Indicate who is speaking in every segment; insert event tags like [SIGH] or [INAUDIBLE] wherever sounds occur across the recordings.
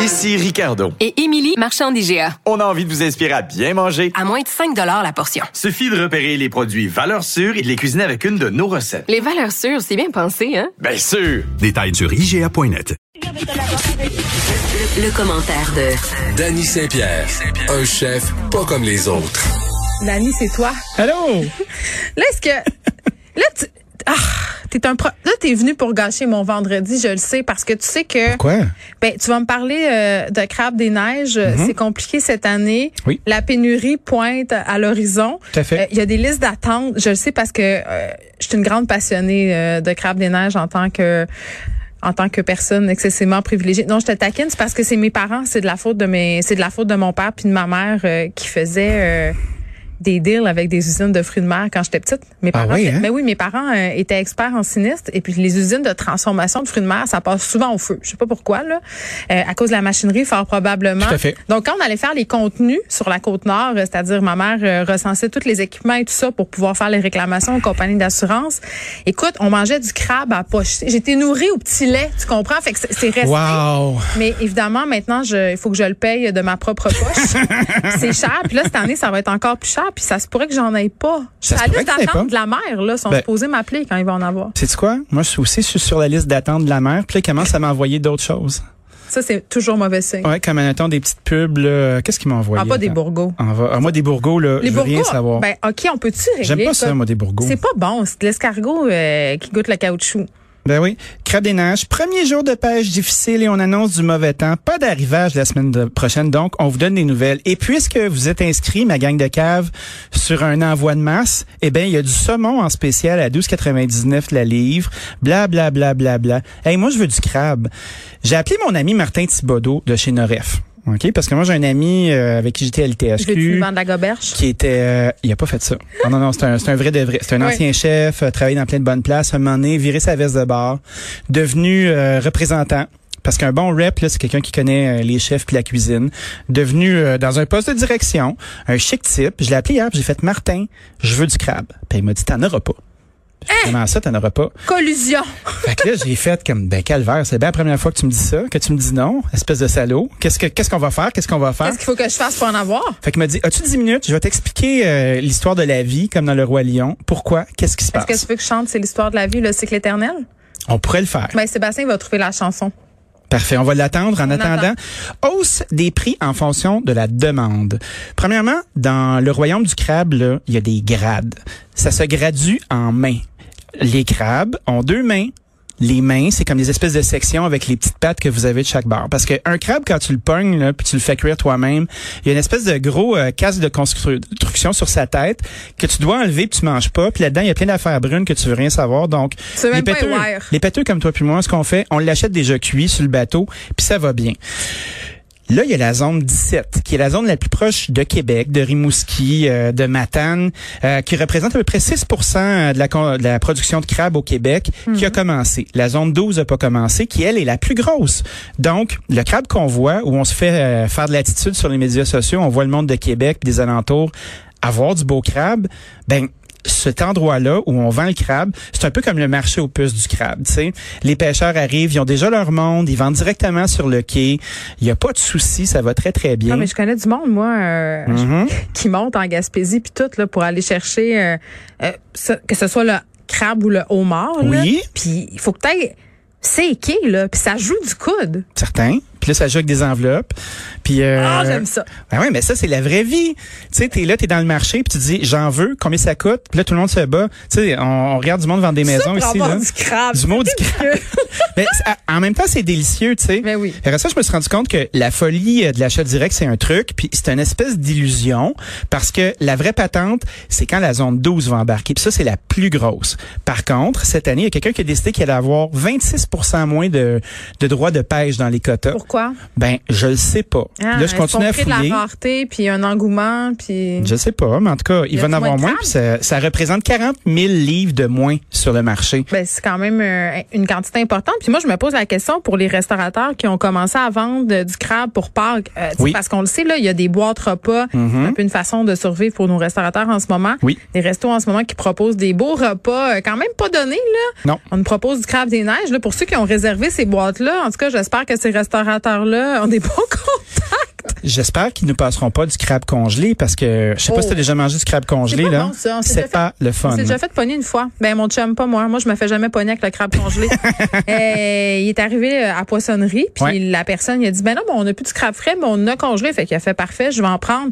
Speaker 1: Ici Ricardo.
Speaker 2: Et Émilie, marchand d'IGA.
Speaker 1: On a envie de vous inspirer à bien manger.
Speaker 2: À moins de 5 la portion.
Speaker 1: Suffit de repérer les produits valeurs sûres et de les cuisiner avec une de nos recettes.
Speaker 2: Les valeurs sûres, c'est bien pensé, hein?
Speaker 1: Bien sûr!
Speaker 3: Détails sur IGA.net.
Speaker 4: Le commentaire de
Speaker 5: Danny Saint-Pierre, un chef pas comme les autres.
Speaker 6: Dani, c'est toi.
Speaker 7: Allô?
Speaker 6: Là, est-ce que. Là, tu. Ah, t'es un pro. Là, t'es venu pour gâcher mon vendredi, je le sais, parce que tu sais que.
Speaker 7: Quoi?
Speaker 6: Ben, tu vas me parler euh, de crabe des neiges. C'est compliqué cette année.
Speaker 7: Mhm. Oui.
Speaker 6: La pénurie pointe à l'horizon.
Speaker 7: Tout à fait.
Speaker 6: Euh, Il y a des listes d'attente. Je le sais parce que euh, je suis une grande passionnée euh, de crabe des neiges en tant que en tant que personne excessivement privilégiée. Non, je te taquine, c'est parce que c'est mes parents, c'est de la faute de mes, c'est de la faute de mon père puis de ma mère euh, qui faisait euh, des deals avec des usines de fruits de mer quand j'étais petite. Mes
Speaker 7: Ah
Speaker 6: parents,
Speaker 7: oui, hein?
Speaker 6: mais oui, mes parents euh, étaient experts en sinistre et puis les usines de transformation de fruits de mer, ça passe souvent au feu. Je sais pas pourquoi là, Euh, à cause de la machinerie fort probablement.
Speaker 7: Tout à fait.
Speaker 6: Donc quand on allait faire les contenus sur la côte nord, euh, c'est-à-dire ma mère euh, recensait tous les équipements et tout ça pour pouvoir faire les réclamations aux compagnies d'assurance. Écoute, on mangeait du crabe à poche. J'étais nourrie au petit lait, tu comprends Fait que c'est c'est resté.
Speaker 7: Wow!
Speaker 6: Mais évidemment, maintenant, je- il faut que je le paye de ma propre poche.
Speaker 7: [LAUGHS]
Speaker 6: c'est cher. Puis là, cette année, ça va être encore plus cher. Puis ça se pourrait que j'en aille pas.
Speaker 7: Ça se
Speaker 6: la
Speaker 7: pourrait
Speaker 6: liste
Speaker 7: que t'en aies
Speaker 6: d'attente
Speaker 7: pas.
Speaker 6: de la mère, là, sont
Speaker 7: Ben.
Speaker 6: supposés m'appeler quand ils vont en avoir.
Speaker 7: Sais-tu quoi? Moi, je suis aussi sur- sur la liste d'attente de la mère, puis là, il commence à m'envoyer d'autres choses.
Speaker 6: Ça, c'est toujours mauvais signe.
Speaker 7: Ouais, comme attend des petites pubs, là. Qu'est-ce qu'il m'a envoyé?
Speaker 6: ah, pas des
Speaker 7: attends?
Speaker 6: bourgots.
Speaker 7: On va- ah, moi, des bourgos, là,
Speaker 6: Les
Speaker 7: je veux rien
Speaker 6: bourgots,
Speaker 7: savoir.
Speaker 6: ben, OK, on peut-tu régler
Speaker 7: J'aime pas ça,
Speaker 6: ça?
Speaker 7: moi, des bourgos.
Speaker 6: C'est pas bon, c'est de l'escargot euh, qui goûte le caoutchouc.
Speaker 7: Ben oui. Crabe des neiges. Premier jour de pêche difficile et on annonce du mauvais temps. Pas d'arrivage la semaine de- prochaine, donc on vous donne des nouvelles. Et puisque vous êtes inscrit, ma gang de cave, sur un envoi de masse, eh ben il y a du saumon en spécial à 12,99 la livre. Bla bla bla bla bla. Hey, moi je veux du crabe. J'ai appelé mon ami Martin Thibodeau de chez Noref. OK? Parce que moi j'ai un ami euh, avec qui j'étais à
Speaker 6: Je veux tu
Speaker 7: LTHQ
Speaker 6: vendre de la goberge?
Speaker 7: qui était euh, il a pas fait ça. Non non non, c'est un c'est un vrai de vrai, c'est un
Speaker 6: Ouais.
Speaker 7: ancien chef, euh, travaillé dans plein de bonnes places, un moment donné, viré sa veste de bar, devenu euh, représentant parce qu'un bon rep là, c'est quelqu'un qui connaît euh, les chefs puis la cuisine, devenu euh, dans un poste de direction, un chic type, je l'ai appelé hier, puis j'ai fait Martin, je veux du crabe. Puis il m'a dit t'en auras pas. J'ai dit, Comment ça, t'en auras pas?
Speaker 6: Collusion!
Speaker 7: Fait que là, j'ai fait comme, ben, calvaire, c'est bien la première fois que tu me dis ça, que tu me dis non, espèce de salaud. Qu'est-ce que, qu'est-ce qu'on va faire? Qu'est-ce qu'on va faire?
Speaker 6: Qu'est-ce qu'il faut que je fasse pour en avoir?
Speaker 7: Fait qu'il m'a dit, as-tu 10 minutes? Je vais t'expliquer euh, l'histoire de la vie, comme dans Le Roi Lion. Pourquoi? Qu'est-ce qui se passe?
Speaker 6: Est-ce que tu veux que je chante C'est l'histoire de la vie, le cycle éternel?
Speaker 7: On pourrait le faire.
Speaker 6: Ben, Sébastien va trouver la chanson.
Speaker 7: Parfait. On va l'attendre. En attendant, hausse des prix en fonction de la demande. Premièrement, dans le royaume du crabe, là, il y a des grades. Ça se gradue en mains. Les crabes ont deux mains. Les mains, c'est comme des espèces de sections avec les petites pattes que vous avez de chaque barre. Parce qu'un crabe, quand tu le pognes, là, puis tu le fais cuire toi-même, il y a une espèce de gros euh, casque de construction sur sa tête que tu dois enlever puis tu manges pas. Puis là-dedans, il y a plein d'affaires brunes que tu veux rien savoir. Donc,
Speaker 6: Tu veux
Speaker 7: les
Speaker 6: même pas
Speaker 7: péteux,
Speaker 6: être wire.
Speaker 7: les péteux comme toi puis moi, ce qu'on fait, on l'achète déjà cuit sur le bateau, puis ça va bien. Là, il y a la zone 17, qui est la zone la plus proche de Québec, de Rimouski, euh, de Matane, euh, qui représente à peu près 6 euh, de la, con- de la production de crabes au Québec,
Speaker 6: Mhm.
Speaker 7: qui a commencé. La zone 12 n'a pas commencé, qui, elle, est la plus grosse. Donc, le crabe qu'on voit, où on se fait euh, faire de l'attitude sur les médias sociaux, on voit le monde de Québec puis des alentours avoir du beau crabe, ben cet endroit-là où on vend le crabe, c'est un peu comme le marché aux puces du crabe, tu sais. Les pêcheurs arrivent, ils ont déjà leur monde, ils vendent directement sur le quai. Il y a pas de souci, ça va très très bien.
Speaker 6: Non, Ah, mais je connais du monde, moi, euh,
Speaker 7: Mhm.
Speaker 6: [LAUGHS] qui monte en Gaspésie puis tout là pour aller chercher euh, euh, ça- que ce soit le crabe ou le homard là.
Speaker 7: Oui.
Speaker 6: Puis il faut que t'ailles c'est qui là puis ça joue du coude.
Speaker 7: Certains. Puis là, ça joue avec des enveloppes. Puis euh,
Speaker 6: Ah, j'aime ça.
Speaker 7: Ben oui, mais ça, c'est la vraie vie. Tu sais, t'es là, t'es dans le marché, puis tu dis, j'en veux, combien ça coûte? Puis là, tout le monde se bat. Tu sais, on, on regarde du monde vendre des
Speaker 6: ça
Speaker 7: maisons
Speaker 6: pour
Speaker 7: ici.
Speaker 6: avoir
Speaker 7: là.
Speaker 6: du crabe.
Speaker 7: Du mot du
Speaker 6: [LAUGHS]
Speaker 7: crabe. mais c'est- à- en même temps, c'est délicieux, tu sais.
Speaker 6: Mais Ben oui.
Speaker 7: Après ça, je me suis rendu compte que la folie euh, de l'achat direct, c'est un truc, puis c'est une espèce d'illusion, parce que la vraie patente, c'est quand la zone 12 va embarquer, puis ça, c'est la plus grosse. Par contre, cette année, il y a quelqu'un qui a décidé qu'il allait avoir 26 moins de, de droits de pêche dans les quotas.
Speaker 6: Pourquoi
Speaker 7: Ben, je le sais pas.
Speaker 6: Ah,
Speaker 7: là, je
Speaker 6: ils
Speaker 7: continue
Speaker 6: sont
Speaker 7: à
Speaker 6: pris de
Speaker 7: fouiller.
Speaker 6: la rareté puis un engouement puis
Speaker 7: Je sais pas, mais en tout cas,
Speaker 6: Y
Speaker 7: il va en
Speaker 6: a-t-il
Speaker 7: avoir
Speaker 6: moins de
Speaker 7: moins,
Speaker 6: crabes?
Speaker 7: puis ça, ça représente 40 000 livres de moins sur le marché.
Speaker 6: Ben, c'est quand même euh, une quantité importante. Puis moi, je me pose la question pour les restaurateurs qui ont commencé à vendre euh, du crabe pour Pâques. Euh, tu sais,
Speaker 7: Oui. Mhm.
Speaker 6: Parce qu'on le sait, là, il y a des boîtes repas. C'est un peu une façon de survivre pour nos restaurateurs en ce moment.
Speaker 7: Oui.
Speaker 6: Des restos en ce moment qui proposent des beaux repas, euh, quand même pas donnés, là.
Speaker 7: Non.
Speaker 6: On nous propose du crabe des neiges. Là, pour ceux qui ont réservé ces boîtes-là, en tout cas, j'espère que ces restaurateurs restaurateurs-là ont des bons [LAUGHS] contacts.
Speaker 7: J'espère qu'ils ne passeront pas du crabe congelé parce que je sais pas
Speaker 6: Oh.
Speaker 7: si t'as déjà mangé du crabe congelé
Speaker 6: pas
Speaker 7: là.
Speaker 6: bon, ça. On s'est déjà
Speaker 7: c'est
Speaker 6: fait-
Speaker 7: pas le
Speaker 6: On
Speaker 7: fun.
Speaker 6: s'est déjà fait pogner une fois. Ben mon chum, pas moi. Moi, je me fais jamais pogner avec le crabe
Speaker 7: [LAUGHS]
Speaker 6: congelé. Euh, il est arrivé euh, à poissonnerie, puis
Speaker 7: Ouais.
Speaker 6: la personne il a dit ben non, ben, on n'a plus du crabe frais, mais on en a congelé. Fait qu'il a fait parfait, je vais en prendre.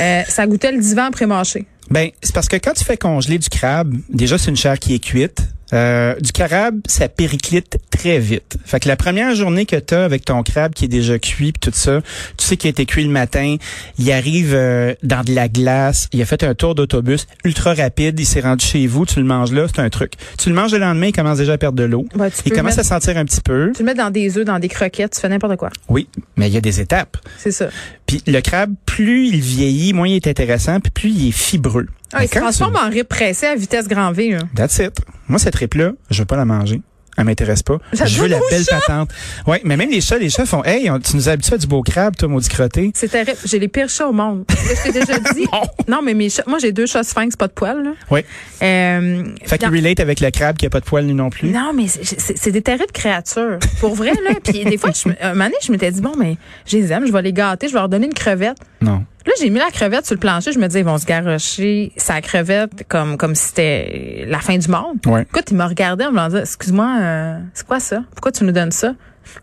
Speaker 6: Euh, ça goûtait le divan pré-mâché.
Speaker 7: Ben c'est parce que quand tu fais congeler du crabe, déjà c'est une chair qui est cuite. Euh, du crabe, ça périclite très vite. Fait que la première journée que t'as avec ton crabe qui est déjà cuit pis tout ça, tu sais qu'il a été cuit le matin, il arrive euh, dans de la glace, il a fait un tour d'autobus ultra rapide, il s'est rendu chez vous, tu le manges là, c'est un truc. Tu le manges le lendemain, il commence déjà à perdre de l'eau.
Speaker 6: Ben, tu
Speaker 7: il
Speaker 6: peux
Speaker 7: commence
Speaker 6: mettre-
Speaker 7: à sentir un petit peu.
Speaker 6: Tu le mets dans des œufs, dans des croquettes, tu fais n'importe quoi.
Speaker 7: Oui, mais il y a des étapes.
Speaker 6: C'est ça.
Speaker 7: Puis le crabe, plus il vieillit, moins il est intéressant, puis plus il est fibreux.
Speaker 6: Ah,
Speaker 7: Mais
Speaker 6: il se
Speaker 7: quand
Speaker 6: transforme
Speaker 7: tu-
Speaker 6: en rib pressé à vitesse grand V. hein.
Speaker 7: That's it. Moi, cette tripe-là, je veux pas la manger. Elle m'intéresse pas.
Speaker 6: Ça
Speaker 7: je veux
Speaker 6: donne
Speaker 7: la
Speaker 6: au
Speaker 7: belle
Speaker 6: chat.
Speaker 7: patente. Ouais, mais même les chats, les chats font, hey, on- tu nous as habitués à du beau crabe, toi, maudit crotté.
Speaker 6: C'est terrible. J'ai les pires chats au monde. Je t'ai déjà dit.
Speaker 7: [LAUGHS] Non.
Speaker 6: non, mais mes chats, moi, j'ai deux chats sphinx, pas de poils. là.
Speaker 7: Oui.
Speaker 6: Euh,
Speaker 7: Fait qu'il
Speaker 6: dans-
Speaker 7: relate avec le crabe qui a pas de poils lui non plus.
Speaker 6: Non, mais c'est- c'est c'est des terribles créatures. Pour vrai, là. Puis des fois, je, me- un moment donné, je m'étais dit, bon, mais je les aime, je vais les gâter, je vais leur donner une crevette.
Speaker 7: Non.
Speaker 6: Là, j'ai mis la crevette sur le plancher, je me disais, ils vont se garrocher sa crevette comme comme si c'était la fin du monde.
Speaker 7: Ouais.
Speaker 6: Écoute, ils me regardaient en me disant, excuse-moi, euh, c'est quoi ça? Pourquoi tu nous donnes ça?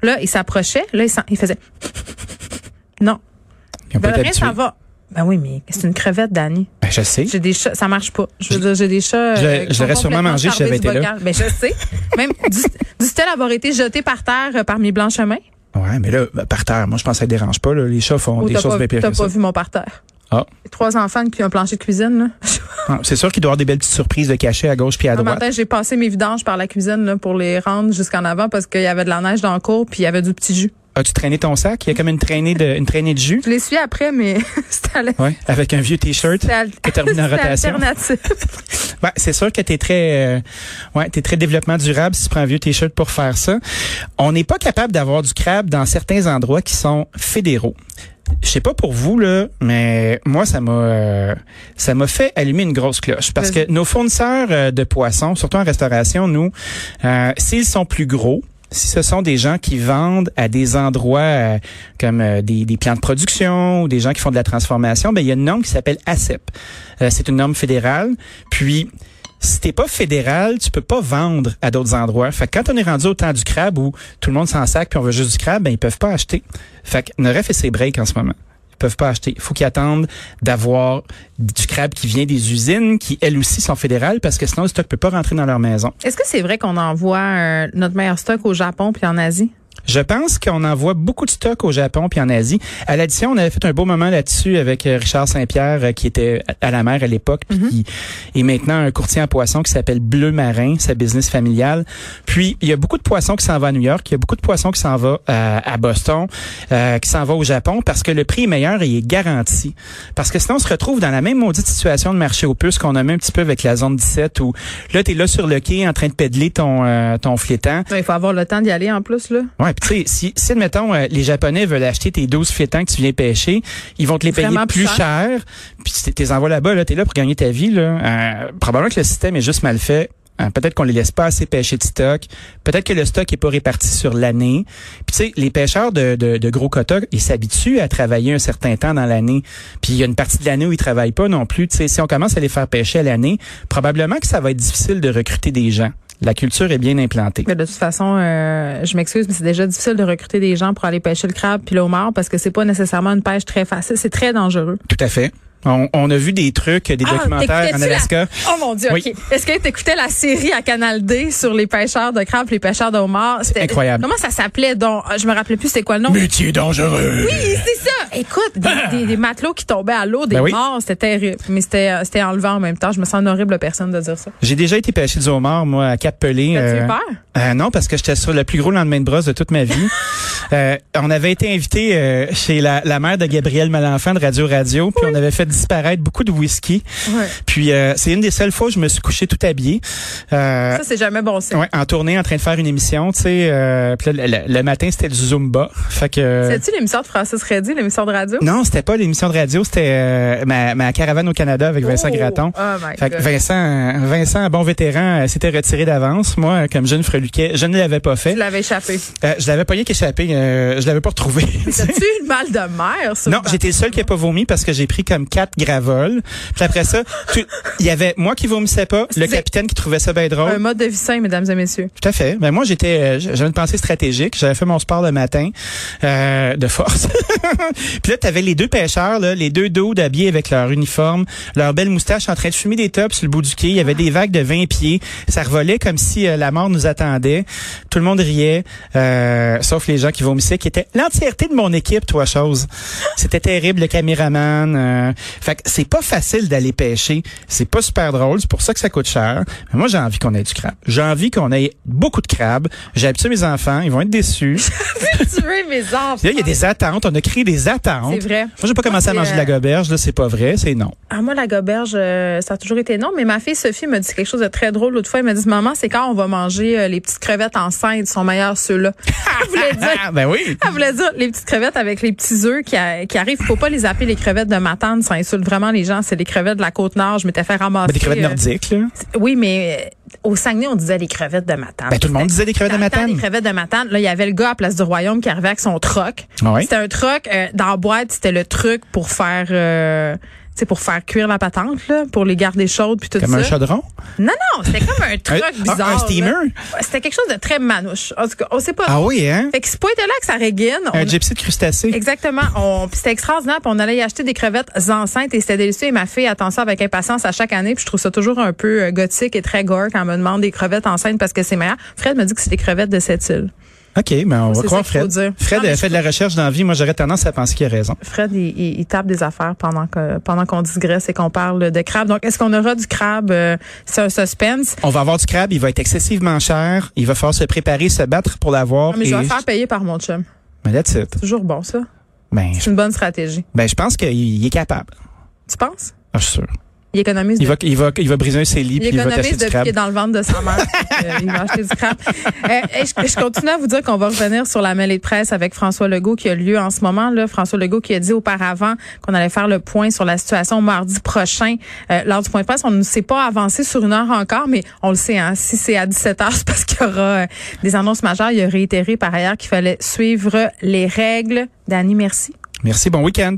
Speaker 6: Là, ils s'approchaient, là, ils s'en- ils faisaient, [LAUGHS] non,
Speaker 7: Ils ont
Speaker 6: ben,
Speaker 7: pas été
Speaker 6: rien, ça
Speaker 7: habitués.
Speaker 6: va. Ben oui, mais c'est une crevette, Dani.
Speaker 7: Ben, je sais.
Speaker 6: J'ai des chats, ça marche pas. Je veux dire, j'ai des chats.
Speaker 7: Je-
Speaker 6: euh, qui
Speaker 7: je
Speaker 6: sont
Speaker 7: l'aurais sûrement
Speaker 6: complètement
Speaker 7: mangé si
Speaker 6: charvés
Speaker 7: j'avais
Speaker 6: du
Speaker 7: été là.
Speaker 6: bocal. Ben, je sais. Même,
Speaker 7: [LAUGHS]
Speaker 6: du, du stel avoir été jeté par terre euh, par mes blancs chemins.
Speaker 7: Ouais, mais là, ben, par terre, moi, je pense que ça dérange pas, là. Les chats font
Speaker 6: Oh,
Speaker 7: des
Speaker 6: t'as
Speaker 7: choses
Speaker 6: pas,
Speaker 7: bien pires
Speaker 6: t'as
Speaker 7: que
Speaker 6: pas
Speaker 7: ça.
Speaker 6: vu mon parterre.
Speaker 7: Ah.
Speaker 6: Trois enfants qui ont un plancher de cuisine, là. [LAUGHS]
Speaker 7: Ah, C'est sûr qu'il doit y avoir des belles petites surprises de cachet à gauche puis à
Speaker 6: Un
Speaker 7: droite.
Speaker 6: matin, j'ai passé mes vidanges par la cuisine, là, pour les rendre jusqu'en avant parce qu'il y avait de la neige dans le cours puis il y avait du petit jus.
Speaker 7: As-tu traîné ton sac? Il y a comme une traînée de, une traînée de jus.
Speaker 6: Je les suis après, mais [LAUGHS] c'était à la-
Speaker 7: Ouais, avec un vieux t-shirt.
Speaker 6: c'était à-
Speaker 7: T'as terminé en
Speaker 6: [LAUGHS] c'était
Speaker 7: rotation.
Speaker 6: alternatif.
Speaker 7: Ouais, c'est sûr que t'es très, euh, ouais, t'es très développement durable si tu prends un vieux t-shirt pour faire ça. On n'est pas capable d'avoir du crabe dans certains endroits qui sont fédéraux. Je sais pas pour vous là, mais moi ça m'a, euh, ça m'a fait allumer une grosse cloche parce
Speaker 6: Vas-y.
Speaker 7: que nos fournisseurs euh, de poissons, surtout en restauration, nous, euh, s'ils sont plus gros. Si ce sont des gens qui vendent à des endroits euh, comme euh, des, des plans de production ou des gens qui font de la transformation, ben il y a une norme qui s'appelle ACEP. Euh, c'est une norme fédérale. Puis si t'es pas fédéral, tu peux pas vendre à d'autres endroits. Fait que quand on est rendu au temps du crabe où tout le monde s'en sac puis on veut juste du crabe, ben ils peuvent pas acheter. Fait que Noref fait ses breaks en ce moment. Ils peuvent pas acheter. Il faut qu'ils attendent d'avoir du crabe qui vient des usines, qui elles aussi sont fédérales, parce que sinon le stock peut pas rentrer dans leur maison.
Speaker 6: Est-ce que c'est vrai qu'on envoie euh, notre meilleur stock au Japon puis en Asie?
Speaker 7: Je pense qu'on envoie beaucoup de stock au Japon puis en Asie. À l'addition, on avait fait un beau moment là-dessus avec euh, Richard Saint-Pierre euh, qui était à à la mer à l'époque puis qui est maintenant un courtier en poissons qui s'appelle Bleu Marin, sa business familiale. Puis il y a beaucoup de poissons qui s'en va à New York, il y a beaucoup de poissons qui s'en va euh, à Boston, euh, qui s'en va au Japon parce que le prix est meilleur et il est garanti. Parce que sinon on se retrouve dans la même maudite situation de marché aux puces qu'on a même un petit peu avec la zone 17 où là t'es là sur le quai en train de pédler ton euh, ton flétan
Speaker 6: Ouais, Ben, Il faut avoir le temps d'y aller en plus, là.
Speaker 7: Ouais, puis tu sais, si, si admettons, euh, les Japonais veulent acheter tes 12 fêtans que tu viens pêcher, ils vont te les payer
Speaker 6: Vraiment
Speaker 7: plus
Speaker 6: plus
Speaker 7: cher. Puis tu les envoies là-bas, là, t'es là pour gagner ta vie. Là. Euh, probablement que le système est juste mal fait. Hein, peut-être qu'on les laisse pas assez pêcher de stock. Peut-être que le stock est pas réparti sur l'année. Puis tu sais, les pêcheurs de, de, de gros quotas, ils s'habituent à travailler un certain temps dans l'année. Puis il y a une partie de l'année où ils travaillent pas non plus. Tu sais, si on commence à les faire pêcher à l'année, probablement que ça va être difficile de recruter des gens. La culture est bien implantée.
Speaker 6: Mais de toute façon, euh, je m'excuse, mais c'est déjà difficile de recruter des gens pour aller pêcher le crabe puis l'homard parce que c'est pas nécessairement une pêche très facile. C'est très dangereux.
Speaker 7: Tout à fait. On, on a vu des trucs, des documentaires en
Speaker 6: Ah, t'écoutais-tu
Speaker 7: Alaska.
Speaker 6: la- Oh mon Dieu,
Speaker 7: Oui.
Speaker 6: OK. Est-ce que t'écoutais la série à Canal D sur les pêcheurs de crabe les pêcheurs de homard? C'était
Speaker 7: incroyable.
Speaker 6: Comment ça s'appelait donc? Ah, Je me rappelais plus c'est quoi le nom.
Speaker 7: Métier dangereux.
Speaker 6: Oui, c'est ça. Écoute, des, des- des matelots qui tombaient à l'eau, des
Speaker 7: Ben oui.
Speaker 6: morts, c'était terrible. Mais c'était euh, c'était enlevant en même temps. Je me sens une horrible personne de dire ça.
Speaker 7: J'ai déjà été pêché du homard, moi, à Cap Pelé.
Speaker 6: T'as-tu eu
Speaker 7: euh,
Speaker 6: peur?
Speaker 7: euh, non, parce que j'étais sur le plus gros lendemain de brosse de toute
Speaker 6: [LAUGHS]
Speaker 7: ma vie. Euh, on avait été invité euh, chez la, la mère de Gabriel Malenfant de Radio Radio, puis on avait fait disparaître beaucoup de whisky.
Speaker 6: Ouais.
Speaker 7: Puis euh, c'est une des seules fois où je me suis couché tout habillé. Euh,
Speaker 6: Ça, c'est jamais bon signe.
Speaker 7: ouais, en tournée, en train de faire une émission, tu sais. euh, puis là, le, le- le matin, c'était du Zumba. Fait que.
Speaker 6: C'est-tu l'émission de Francis Reddy, l'émission de radio?
Speaker 7: Non, c'était pas l'émission de radio, c'était euh, ma, ma caravane au Canada avec Vincent
Speaker 6: Oh!
Speaker 7: Gratton.
Speaker 6: Oh my
Speaker 7: Fait que
Speaker 6: God.
Speaker 7: Vincent, euh, Vincent, un bon vétéran, euh, s'était retiré d'avance. Moi, euh, comme jeune freluquet, je ne l'avais pas fait.
Speaker 6: Tu l'avais échappé.
Speaker 7: Euh, je l'avais pas eu qu'échappé. vomi, euh, je l'avais
Speaker 6: [LAUGHS]
Speaker 7: pas retrouvé.
Speaker 6: T'as-tu eu le mal de mer? sur
Speaker 7: [LAUGHS] Non,
Speaker 6: le
Speaker 7: j'étais le seul qui a pas vomi parce que j'ai pris comme quatre gravoles. Puis après ça, tu- il y avait moi qui vomissais pas, le
Speaker 6: C'est-
Speaker 7: capitaine qui trouvait ça bien drôle.
Speaker 6: Un mode de vie sain, mesdames et messieurs.
Speaker 7: Tout à fait. Ben moi j'étais, euh, j'avais une pensée stratégique. J'avais fait mon sport le matin euh, de force. [LAUGHS] Puis là t'avais les deux pêcheurs, là, les deux dos habillés avec leur uniforme, leur belle moustache en train de fumer des tops sur le bout du quai. Il y avait des vagues de 20 pieds. Ça revolait comme si euh, la mort nous attendait. Tout le monde riait, euh, sauf les gens qui vomissaient, qui étaient l'entièreté de mon équipe, toi chose. C'était terrible le caméraman. euh. Fait que c'est pas facile d'aller pêcher. C'est pas super drôle. C'est pour ça que ça coûte cher. Mais moi, j'ai envie qu'on ait du crabe. J'ai envie qu'on ait beaucoup de crabes. J'ai habitué mes enfants. Ils vont être déçus.
Speaker 6: [LAUGHS] [LAUGHS] tu veux mes enfants?
Speaker 7: Là, il y a des attentes. On a créé des attentes.
Speaker 6: C'est vrai.
Speaker 7: Moi, j'ai pas commencé à
Speaker 6: Moi,
Speaker 7: manger
Speaker 6: c'est, euh,
Speaker 7: de la goberge. Là, c'est pas vrai. C'est non.
Speaker 6: Ah, moi, la goberge, euh, ça a toujours été non, mais ma fille Sophie me dit quelque chose de très drôle l'autre fois. Elle me dit, maman, c'est quand on va manger euh, les petites crevettes enceintes, sont meilleurs
Speaker 7: [LAUGHS]
Speaker 6: ceux-là. Elle voulait dire,
Speaker 7: Ah, [LAUGHS] ben oui.
Speaker 6: elle voulait dire les petites crevettes avec les petits œufs qui, a- qui arrivent. Faut pas les appeler les crevettes de ma tante, ça insulte vraiment les gens. C'est les crevettes de la Côte-Nord. Je m'étais fait ramasser.
Speaker 7: Ben, des crevettes
Speaker 6: euh,
Speaker 7: nordiques, là.
Speaker 6: Oui, mais euh, au Saguenay, on disait les crevettes de ma tante.
Speaker 7: Ben, tout le monde disait des crevettes de
Speaker 6: Dans le temps
Speaker 7: matane.
Speaker 6: des crevettes de ma tante, là, il y avait le gars à Place du Royaume qui arrivait avec son troc.
Speaker 7: Ouais.
Speaker 6: C'était un troc euh, dans la boîte, c'était le truc pour faire euh, tu sais, pour faire cuire la patente là, pour les garder chaudes puis tout
Speaker 7: Comme
Speaker 6: ça.
Speaker 7: un chaudron.
Speaker 6: Non non, c'était comme un
Speaker 7: Un-
Speaker 6: truc
Speaker 7: ah,
Speaker 6: bizarre.
Speaker 7: un steamer?
Speaker 6: là. Ouais, C'était quelque chose de très manouche. En tout cas, on sait pas.
Speaker 7: Ah oui, hein?
Speaker 6: Fait que ce était là avec sa réguine. on-
Speaker 7: Un gypsy de crustacés.
Speaker 6: Exactement. On, puis c'était extraordinaire. Puis on allait y acheter des crevettes enceintes et c'était délicieux. Et ma fille attend ça avec impatience à chaque année. Puis je trouve ça toujours un peu euh, gothique et très gore quand on me demande des crevettes enceintes parce que c'est meilleur. Fred me dit que c'est des crevettes de cette île.
Speaker 7: OK, ben on
Speaker 6: C'est
Speaker 7: va
Speaker 6: ça
Speaker 7: croire
Speaker 6: qu'il faut
Speaker 7: Fred.
Speaker 6: dire.
Speaker 7: Fred
Speaker 6: Non, mais
Speaker 7: a fait de la recherche dans la vie. Moi, j'aurais tendance à penser qu'il a raison.
Speaker 6: Fred, il, il- il tape des affaires pendant que pendant qu'on digresse et qu'on parle de crabe. Donc, est-ce qu'on aura du crabe? euh, c'est un suspense.
Speaker 7: On va avoir du crabe, il va être excessivement cher, il va falloir se préparer, se battre pour l'avoir.
Speaker 6: Ah, mais je vais
Speaker 7: et-
Speaker 6: le faire payer par mon chum.
Speaker 7: Mais that's it.
Speaker 6: Toujours bon, ça.
Speaker 7: Ben, je,
Speaker 6: C'est une bonne stratégie.
Speaker 7: ben, je pense qu'il est capable.
Speaker 6: Tu penses?
Speaker 7: Ah, je suis sûr.
Speaker 6: Il économise
Speaker 7: Il va, il va, il va briser un CELI
Speaker 6: Il
Speaker 7: puis il va
Speaker 6: économise
Speaker 7: t'acheter du
Speaker 6: depuis
Speaker 7: crabe.
Speaker 6: qu'il est dans le ventre de sa
Speaker 7: [LAUGHS]
Speaker 6: mère. Euh, il va acheter du crabe. Euh, et je, je continue à vous dire qu'on va revenir sur la mêlée de presse avec François Legault qui a lieu en ce moment. Là. François Legault qui a dit auparavant qu'on allait faire le point sur la situation mardi prochain euh, lors du point de presse. On ne sait pas avancer sur une heure encore, mais on le sait. Hein, si c'est à 17 heures, [LAUGHS] c'est parce qu'il y aura euh, des annonces majeures. Il a réitéré par ailleurs qu'il fallait suivre les règles. Dani, merci.
Speaker 7: Merci, bon week-end.